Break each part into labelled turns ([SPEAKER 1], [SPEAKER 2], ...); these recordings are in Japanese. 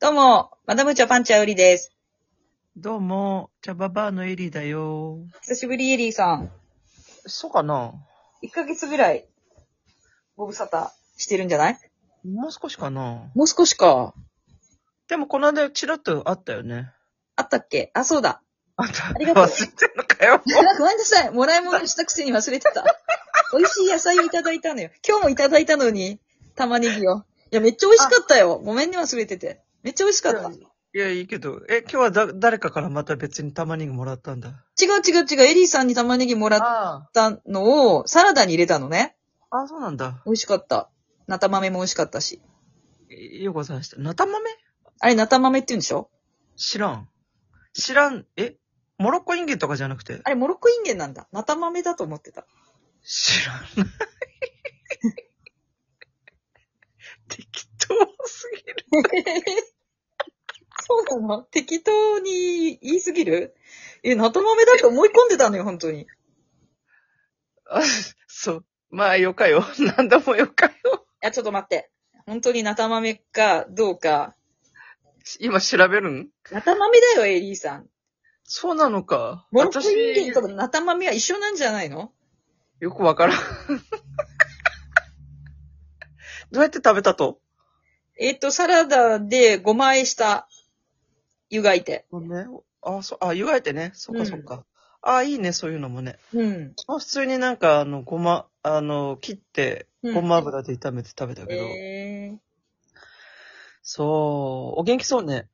[SPEAKER 1] どうも、マダムチョパンチャウリです。
[SPEAKER 2] どうも、茶ババアのエリーだよ。
[SPEAKER 1] 久しぶりエリーさん。
[SPEAKER 2] そうかな
[SPEAKER 1] 1ヶ月ぐらい、ご無沙汰してるんじゃない
[SPEAKER 2] もう少しかな
[SPEAKER 1] もう少しか。
[SPEAKER 2] でもこの間チラッとあったよね。
[SPEAKER 1] あったっけあ、そうだ。
[SPEAKER 2] あった。
[SPEAKER 1] ありがとう
[SPEAKER 2] 忘れてんのかよ。
[SPEAKER 1] なんかごめんなさい。もらい物にしたくせに忘れてた。美味しい野菜をいただいたのよ。今日もいただいたのに、玉ねぎを。いや、めっちゃ美味しかったよ。ごめんね、忘れてて。めっちゃ美味しかった。違
[SPEAKER 2] いや、いいけど。え、今日はだ誰かからまた別に玉ねぎもらったんだ。
[SPEAKER 1] う違う違う。エリーさんに玉ねぎもらっ
[SPEAKER 2] あ
[SPEAKER 1] たのを、サラダに入れたのね。
[SPEAKER 2] あ。ああ、そうなんだ。
[SPEAKER 1] 美味しかった。なた豆も美味しかったし。
[SPEAKER 2] ようございました。なた豆
[SPEAKER 1] あれ、なた豆って言うんでしょ
[SPEAKER 2] 知らん。知らん。えモロッコインゲンとかじゃなくて
[SPEAKER 1] あれ、モロッコインゲンなんだ。なた豆だと思ってた。
[SPEAKER 2] 知らない。 適当すぎる。
[SPEAKER 1] そうなの適当に言いすぎるえ、なた豆だって思い込んでたのよ、本当に。
[SPEAKER 2] あそう。まあ、よかよ。なんだもよかよ。
[SPEAKER 1] いや、ちょっと待って。本当になた豆か、どうか。
[SPEAKER 2] 今調べるん
[SPEAKER 1] なた豆だよ、エリーさん。
[SPEAKER 2] そうなのか。
[SPEAKER 1] モロッコインゲン
[SPEAKER 2] 私
[SPEAKER 1] となた豆は一緒なんじゃないの
[SPEAKER 2] よくわからん。どうやって食べたと
[SPEAKER 1] えっ、と、サラダで5枚した、湯がいて。
[SPEAKER 2] ごめん。あ、そう、あ、湯がいてね。そっ
[SPEAKER 1] うん
[SPEAKER 2] かそっか。あ、いいね、そういうのもね。
[SPEAKER 1] うん。
[SPEAKER 2] まあ普通になんか、あの、ごま、あの、切って、
[SPEAKER 1] うん
[SPEAKER 2] ごま油で炒めて食べたけど。
[SPEAKER 1] えー。
[SPEAKER 2] そう、お元気そうね。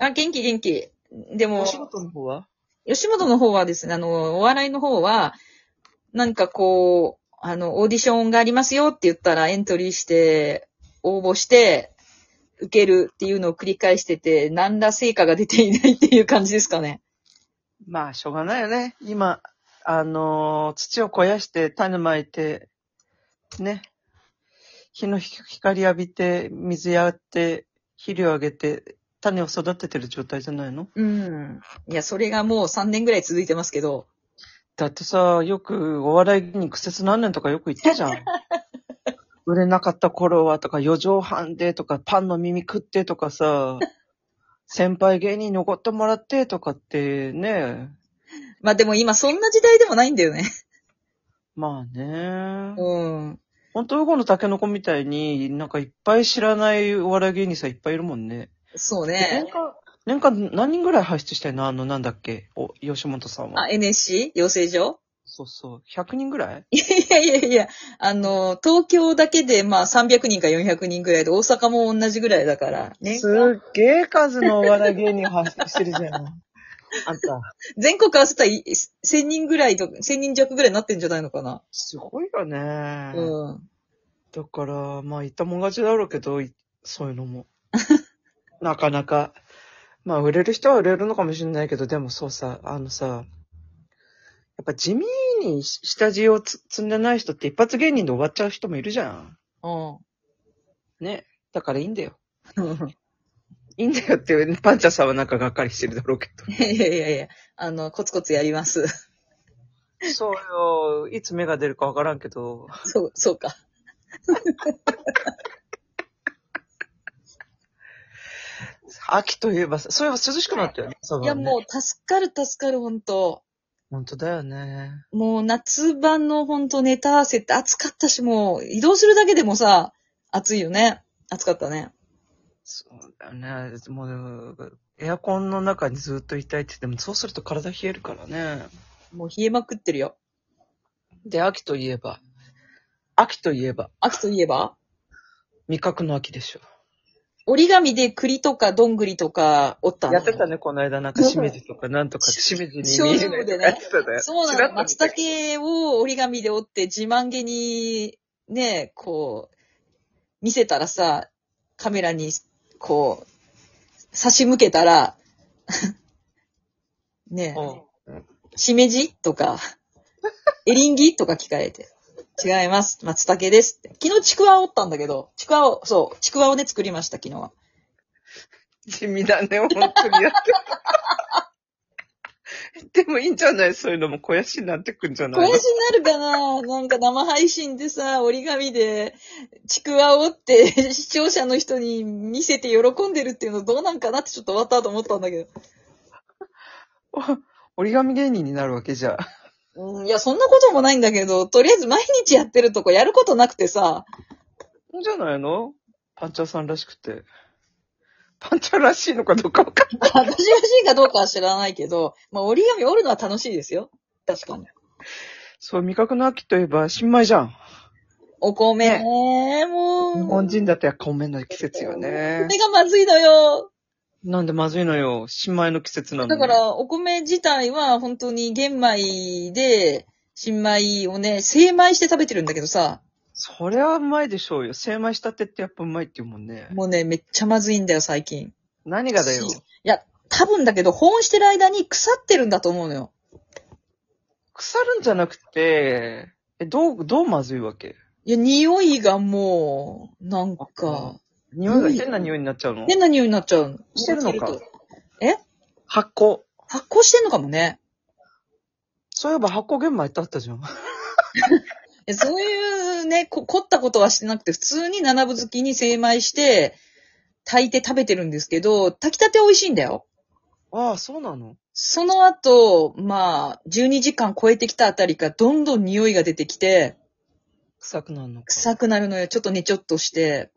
[SPEAKER 1] あ、元気元気。でも
[SPEAKER 2] お、仕事の方は
[SPEAKER 1] 吉本の方はですね、あの、お笑いの方は、なんかこう、あの、オーディションがありますよって言ったらエントリーして、応募して、受けるっていうのを繰り返してて、何ら成果が出ていないっていう感じですかね。
[SPEAKER 2] まあ、しょうがないよね。今、あのー土を肥やして、種まいて、ね。日の光浴びて、水やって、肥料あげて、種を育ててる状態じゃないの
[SPEAKER 1] うん。いや、それがもう3年ぐらい続いてますけど、
[SPEAKER 2] だってさ、よくお笑い芸人苦節何年とかよく言ったじゃん。売れなかった頃はとか、四畳半でとか、パンの耳食ってとかさ、先輩芸人におごってもらってとかってね、
[SPEAKER 1] まあでも今そんな時代でもないんだよね。
[SPEAKER 2] まあね。
[SPEAKER 1] うん。
[SPEAKER 2] 本当、ウゴのタケノコみたいに、なんかいっぱい知らないお笑い芸人さんいっぱいいるもんね。
[SPEAKER 1] そう
[SPEAKER 2] 年
[SPEAKER 1] ね。
[SPEAKER 2] 間、年間何人ぐらい輩出してんのあの、なんだっけお、吉本さん
[SPEAKER 1] あ、
[SPEAKER 2] は。
[SPEAKER 1] NSC? 養成所
[SPEAKER 2] そうそう。100人ぐらい
[SPEAKER 1] いやいやいや、あの、東京だけでまあ300人か400人ぐらいで、大阪も同じぐらいだから、ね。
[SPEAKER 2] すっげえ数のお笑い芸人輩出してるじゃん。 あんた、
[SPEAKER 1] 全国合わせたらい1000人ぐらいと、1000人弱ぐらいになってんじゃないのかな。
[SPEAKER 2] すごいよね。
[SPEAKER 1] うん。
[SPEAKER 2] だから、まあ、言ったもん勝ちだろうけど、いそういうの も。なかなか。まあ、売れる人は売れるのかもしれないけど、でもそうさ、あのさ、やっぱ地味にし下地をつ積んでない人って一発芸人で終わっちゃう人もいるじゃん。ね。だからいいんだよ。
[SPEAKER 1] うん。
[SPEAKER 2] いいんだよって、パンチャーさんはなんかがっかりしてるだろうけど。
[SPEAKER 1] いやいやいやいや、あの、コツコツやります。
[SPEAKER 2] そうよ。いつ芽が出るかわからんけど。
[SPEAKER 1] そう、そうか。
[SPEAKER 2] 秋といえばさ、そういえば涼しくなったよね。
[SPEAKER 1] いや、も
[SPEAKER 2] う。
[SPEAKER 1] う、助かる助かる、本当
[SPEAKER 2] 本当だよね。
[SPEAKER 1] もう、夏場の本当ネタ合わせって暑かったし、もう、移動するだけでもさ、暑いよね。暑かったね。
[SPEAKER 2] そうだね。もう、エアコンの中にずっといたいって言っても、そうすると体冷えるからね。
[SPEAKER 1] もう、冷えまくってるよ。
[SPEAKER 2] で、秋といえば、秋といえば、
[SPEAKER 1] 秋といえば
[SPEAKER 2] 味覚の秋でしょ。
[SPEAKER 1] 折り紙で栗とかどんぐりとか折ったの。
[SPEAKER 2] やってたね、この間、なんか、しめじとか、なんとか、しめじに見えないとかやってたね。
[SPEAKER 1] そう
[SPEAKER 2] ち
[SPEAKER 1] な
[SPEAKER 2] らっ
[SPEAKER 1] の。
[SPEAKER 2] と見
[SPEAKER 1] 松
[SPEAKER 2] た
[SPEAKER 1] 茸を折り紙で折って自慢げに、ね、こう、見せたらさ、カメラに、こう、差し向けたら、 ね、しめじとか、エリンギとか聞かれて。違います。松茸ですって。昨日ちくわを折ったんだけど、ちくわを、そう、ちくわをね、作りました、昨日は。
[SPEAKER 2] 地味だね、本当にやってた。 でもいいんじゃないそういうのも肥やしになってくんじゃな
[SPEAKER 1] 小
[SPEAKER 2] い
[SPEAKER 1] 林になるかななんか生配信でさ、折り紙で、ちくわを折って 視聴者の人に見せて喜んでるっていうのどうなんかなってちょっと終わったと思ったんだけど。
[SPEAKER 2] 折り紙芸人になるわけじゃ。
[SPEAKER 1] うん、いや、そんなこともないんだけど、とりあえず毎日やってるとこやることなくてさ、
[SPEAKER 2] いいんじゃないのパンチャーさんらしくて。パンチャーらしいのかどうかわかんない。
[SPEAKER 1] 私らしいかどうかは知らないけど、まあ折り紙折るのは楽しいですよ。確かに。
[SPEAKER 2] そう、味覚の秋といえば新米じゃん。
[SPEAKER 1] お米ね、もう。
[SPEAKER 2] 日本人だとやっぱ米の季節よね。
[SPEAKER 1] 米がまずいのよ。
[SPEAKER 2] なんでまずいのよ。新米の季節なの
[SPEAKER 1] だ
[SPEAKER 2] に
[SPEAKER 1] か、ら、お米自体は本当に玄米で、新米をね、精米して食べてるんだけどさ、
[SPEAKER 2] それはうまいでしょうよ。精米したてってやっぱうまいって言うもんね。
[SPEAKER 1] もうね、めっちゃまずいんだよ、最近。
[SPEAKER 2] 何がだよ。
[SPEAKER 1] 多分だけど、保温してる間に腐ってるんだと思うのよ。
[SPEAKER 2] 腐るんじゃなくて、え、どう、どうまずいわけ
[SPEAKER 1] いや、匂いがもう、なん
[SPEAKER 2] あ
[SPEAKER 1] か、
[SPEAKER 2] 匂いが
[SPEAKER 1] うん
[SPEAKER 2] 変な匂いになっちゃうの
[SPEAKER 1] 変な匂いになっちゃうの。
[SPEAKER 2] してるのか
[SPEAKER 1] え
[SPEAKER 2] 発酵。
[SPEAKER 1] 発酵してんのかもね。
[SPEAKER 2] そういえば発酵玄米ってあったじゃん。
[SPEAKER 1] えそういうね、こ凝ったことはしてなくて、普通に七分漬きに精米して、炊いて食べてるんですけど、炊きたて美味しいんだよ。
[SPEAKER 2] ああ、そうなの
[SPEAKER 1] その後、まあ、12時間超えてきたあたりからどんどん匂いが出てきて、
[SPEAKER 2] 臭くなるのか。
[SPEAKER 1] 臭くなるのよ。ちょっとね、ちょっとして。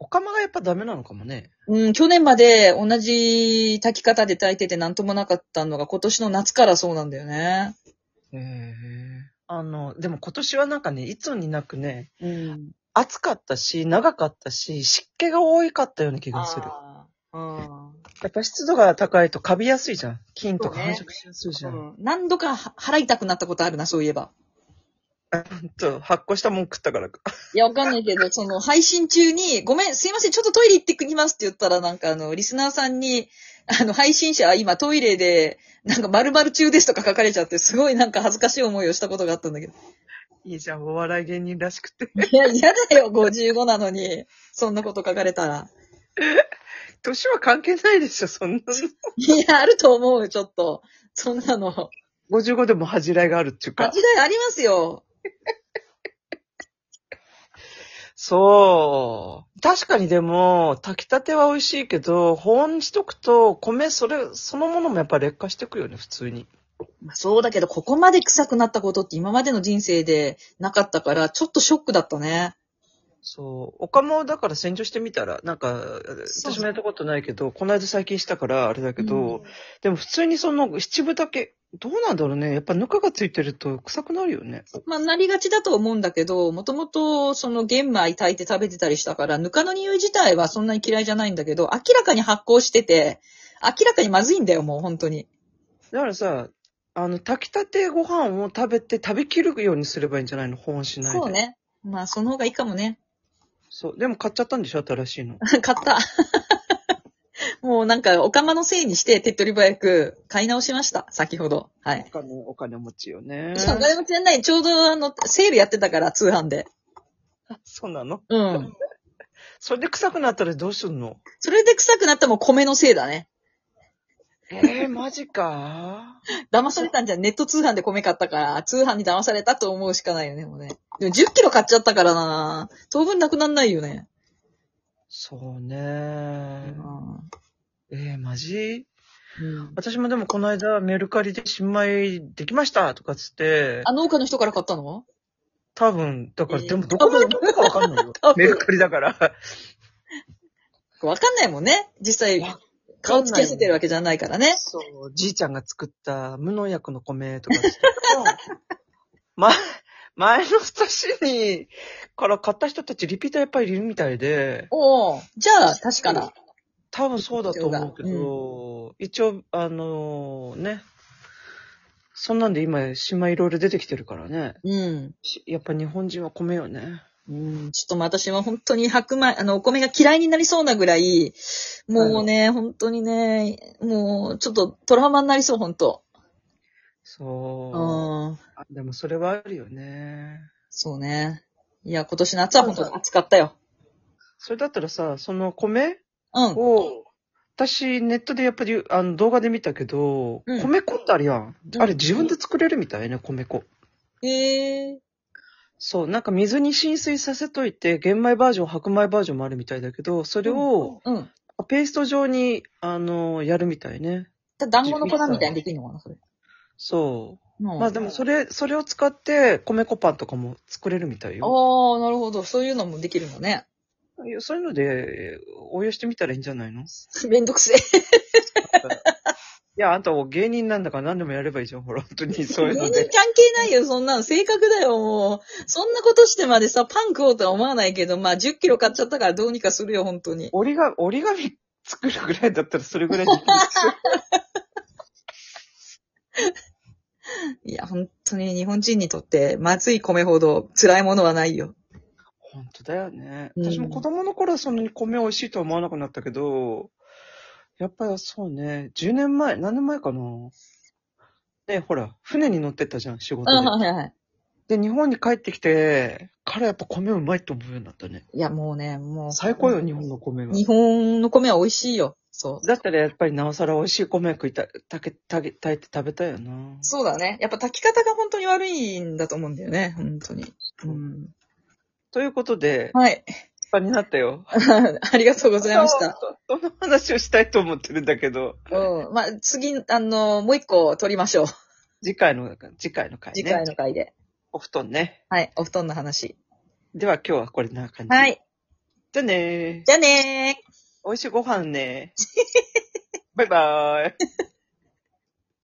[SPEAKER 2] お釜がやっぱダメなのかもね。
[SPEAKER 1] うん、去年まで同じ炊き方で炊いてて何ともなかったのが今年の夏からそうなんだよね。
[SPEAKER 2] へえ。あの、でも今年はなんかね、いつになくね、
[SPEAKER 1] うん。
[SPEAKER 2] 暑かったし、長かったし、湿気が多かったような気がする。
[SPEAKER 1] あー
[SPEAKER 2] やっぱ湿度が高いとカビやすいじゃん。菌とか
[SPEAKER 1] そうね
[SPEAKER 2] 繁殖しやすいじ
[SPEAKER 1] う
[SPEAKER 2] ゃん。
[SPEAKER 1] ん。何度かは払いたくなったことあるな、そういえば。
[SPEAKER 2] ほんと発酵したもん食ったからか。
[SPEAKER 1] いや、わかんないけど、その、配信中に、ごめん、すいません、ちょっとトイレ行ってきますって言ったら、なんかあの、リスナーさんに、あの、配信者は今トイレで、なんか〇〇中ですとか書かれちゃって、すごいなんか恥ずかしい思いをしたことがあったんだけど。
[SPEAKER 2] いいじゃん、お笑い芸人らしくて。
[SPEAKER 1] いや、嫌だよ、55なのに。そんなこと書かれたら。
[SPEAKER 2] 年は関係ないでしょ、そ んなの。
[SPEAKER 1] いや、あると思うよ、ちょっと。そんなの。
[SPEAKER 2] 55でも恥じらいがあるっていうか。
[SPEAKER 1] 時代ありますよ。
[SPEAKER 2] そう。確かにでも、炊きたては美味しいけど、保温しとくと、米それ、そのものもやっぱ劣化してくよね、普通に。
[SPEAKER 1] まあ、そうだけど、ここまで臭くなったことって今までの人生でなかったから、ちょっとショックだったね。
[SPEAKER 2] そう。お釜をだから洗浄してみたら、なんか、
[SPEAKER 1] そう
[SPEAKER 2] 私もやったことないけど、この間最近したから、あれだけど、
[SPEAKER 1] うん
[SPEAKER 2] でも普通にその七分だけ、どうなんだろうね。やっぱぬかがついてると臭くなるよね。
[SPEAKER 1] まあ、なりがちだと思うんだけど、もともと、その玄米炊いて食べてたりしたから、ぬかの匂い自体はそんなに嫌いじゃないんだけど、明らかに発酵してて、明らかにまずいんだよ、もう本当に。
[SPEAKER 2] だからさ、あの、炊きたてご飯を食べて食べきるようにすればいいんじゃないの保温しないで。
[SPEAKER 1] そう。ね。まあ、その方がいいかもね。
[SPEAKER 2] そう。でも買っちゃったんでしょ新しいの。
[SPEAKER 1] 買った。 もうなんか、お釜のせいにして、手っ取り早く買い直しました、先ほど。はい。
[SPEAKER 2] お金、お金持ちよね
[SPEAKER 1] お。金持ちじゃない、ちょうどあの、セールやってたから、通販で。
[SPEAKER 2] そうなの
[SPEAKER 1] うん。
[SPEAKER 2] それで臭くなったらどうすんの
[SPEAKER 1] それで臭くなったらもう米のせいだね。
[SPEAKER 2] えー、マジか
[SPEAKER 1] 騙されたんじゃん。ネット通販で米買ったから、通販に騙されたと思うしかないよね、もうね。でも10キロ買っちゃったからな当分なくなんないよね。
[SPEAKER 2] そう
[SPEAKER 1] う
[SPEAKER 2] ね
[SPEAKER 1] ん。
[SPEAKER 2] えー、マジ
[SPEAKER 1] うん
[SPEAKER 2] 私もでもこの間メルカリで新米できましたとかつって、
[SPEAKER 1] あ、農家の人から買ったの
[SPEAKER 2] 多分、だから、
[SPEAKER 1] えー
[SPEAKER 2] でもどこまで飛ぶかわかん ないよ
[SPEAKER 1] 多。分
[SPEAKER 2] メルカリだから。
[SPEAKER 1] わかんないもんね。実際
[SPEAKER 2] わかんない、
[SPEAKER 1] 顔つき合わせてるわけじゃないからね。
[SPEAKER 2] そう、じいちゃんが作った無農薬の米とか つって。ま、前の年に、から買った人たちリピーターやっぱりいるみたいで、
[SPEAKER 1] おお。じゃあ、確かな。
[SPEAKER 2] 多分そうだと思うけど、一応、あのね、そんなんで今、島いろいろ出てきてるからね。
[SPEAKER 1] うん。
[SPEAKER 2] しやっぱ日本人は米よね。
[SPEAKER 1] うん、ちょっともう私は本当に白米、あの、お米が嫌いになりそうなぐらい、もうね、本当にね、もう、ちょっとトラウマになりそう、本当。
[SPEAKER 2] そう。
[SPEAKER 1] うん。
[SPEAKER 2] あでもそれはあるよね。
[SPEAKER 1] そうね。いや、今年夏は本当に暑かったよ。
[SPEAKER 2] それだったらさ、その米
[SPEAKER 1] うん。
[SPEAKER 2] を私、ネットでやっぱり、あの、動画で見たけど、
[SPEAKER 1] うん
[SPEAKER 2] 米粉ってあるやん。
[SPEAKER 1] うん
[SPEAKER 2] あれ自分で作れるみたいね、米粉。
[SPEAKER 1] ええ
[SPEAKER 2] そう、なんか水に浸水させといて、玄米バージョン、白米バージョンもあるみたいだけど、それを、
[SPEAKER 1] うん。
[SPEAKER 2] ペースト状に、あの、やるみたいね。
[SPEAKER 1] 団子の粉みたいにできるのかな、それ。
[SPEAKER 2] そうう。
[SPEAKER 1] ん
[SPEAKER 2] まあでも、それ、それを使って、米粉パンとかも作れるみたいよ。
[SPEAKER 1] ああ、なるほど。そういうのもできるのね。
[SPEAKER 2] いやそういうので、応用してみたらいいんじゃないのい
[SPEAKER 1] めんどくせえ。
[SPEAKER 2] や、あんたも芸人なんだから何でもやればいいじゃん、ほら、本当 にそうい
[SPEAKER 1] 芸
[SPEAKER 2] うの
[SPEAKER 1] 人
[SPEAKER 2] で。
[SPEAKER 1] 関係ないよ、そんなの。性格だよ、もう。そんなことしてまでさ、パン食おうとは思わないけど、まあ、10キロ買っちゃったからどうにかするよ、本当に。
[SPEAKER 2] 折り紙、折り紙作るぐらいだったらそれぐらいできるでしょ。
[SPEAKER 1] いや、本当に日本人にとって、まずい米ほど辛いものはないよ。
[SPEAKER 2] 本当だよね。
[SPEAKER 1] うん
[SPEAKER 2] 私も子供の頃はそんなに米美味しいとは思わなくなったけど、やっぱりそうね、10年前、何年前かな。ね、ほら、船に乗ってったじゃん、仕事
[SPEAKER 1] あはいはい。
[SPEAKER 2] で。で、日本に帰ってきて、からやっぱ米うまいと思うようになったね。
[SPEAKER 1] いや、もうね、もう。
[SPEAKER 2] 最高よ、日本の米は。
[SPEAKER 1] 日本の米は美味しいよ。そう。
[SPEAKER 2] だったらやっぱりなおさら美味しい米食いた、たけ、たけ、炊いて食べたいよな。
[SPEAKER 1] そうだね。やっぱ炊き方が本当に悪いんだと思うんだよね、本当に。うん。
[SPEAKER 2] ということで、
[SPEAKER 1] はい。
[SPEAKER 2] スパになったよ。
[SPEAKER 1] ありがとうございました。
[SPEAKER 2] そう。その話をしたいと思ってるんだけど、
[SPEAKER 1] うん。まあ、次、あの、もう一個取りましょう。
[SPEAKER 2] 次回の、次回の回ね。
[SPEAKER 1] 次回の回で。
[SPEAKER 2] お布団ね。
[SPEAKER 1] はい。お布団の話。
[SPEAKER 2] では今日はこれな感じ。
[SPEAKER 1] は。い。
[SPEAKER 2] じゃあねー。
[SPEAKER 1] じゃあねー。
[SPEAKER 2] 美味しいご飯ね。バイバーイ。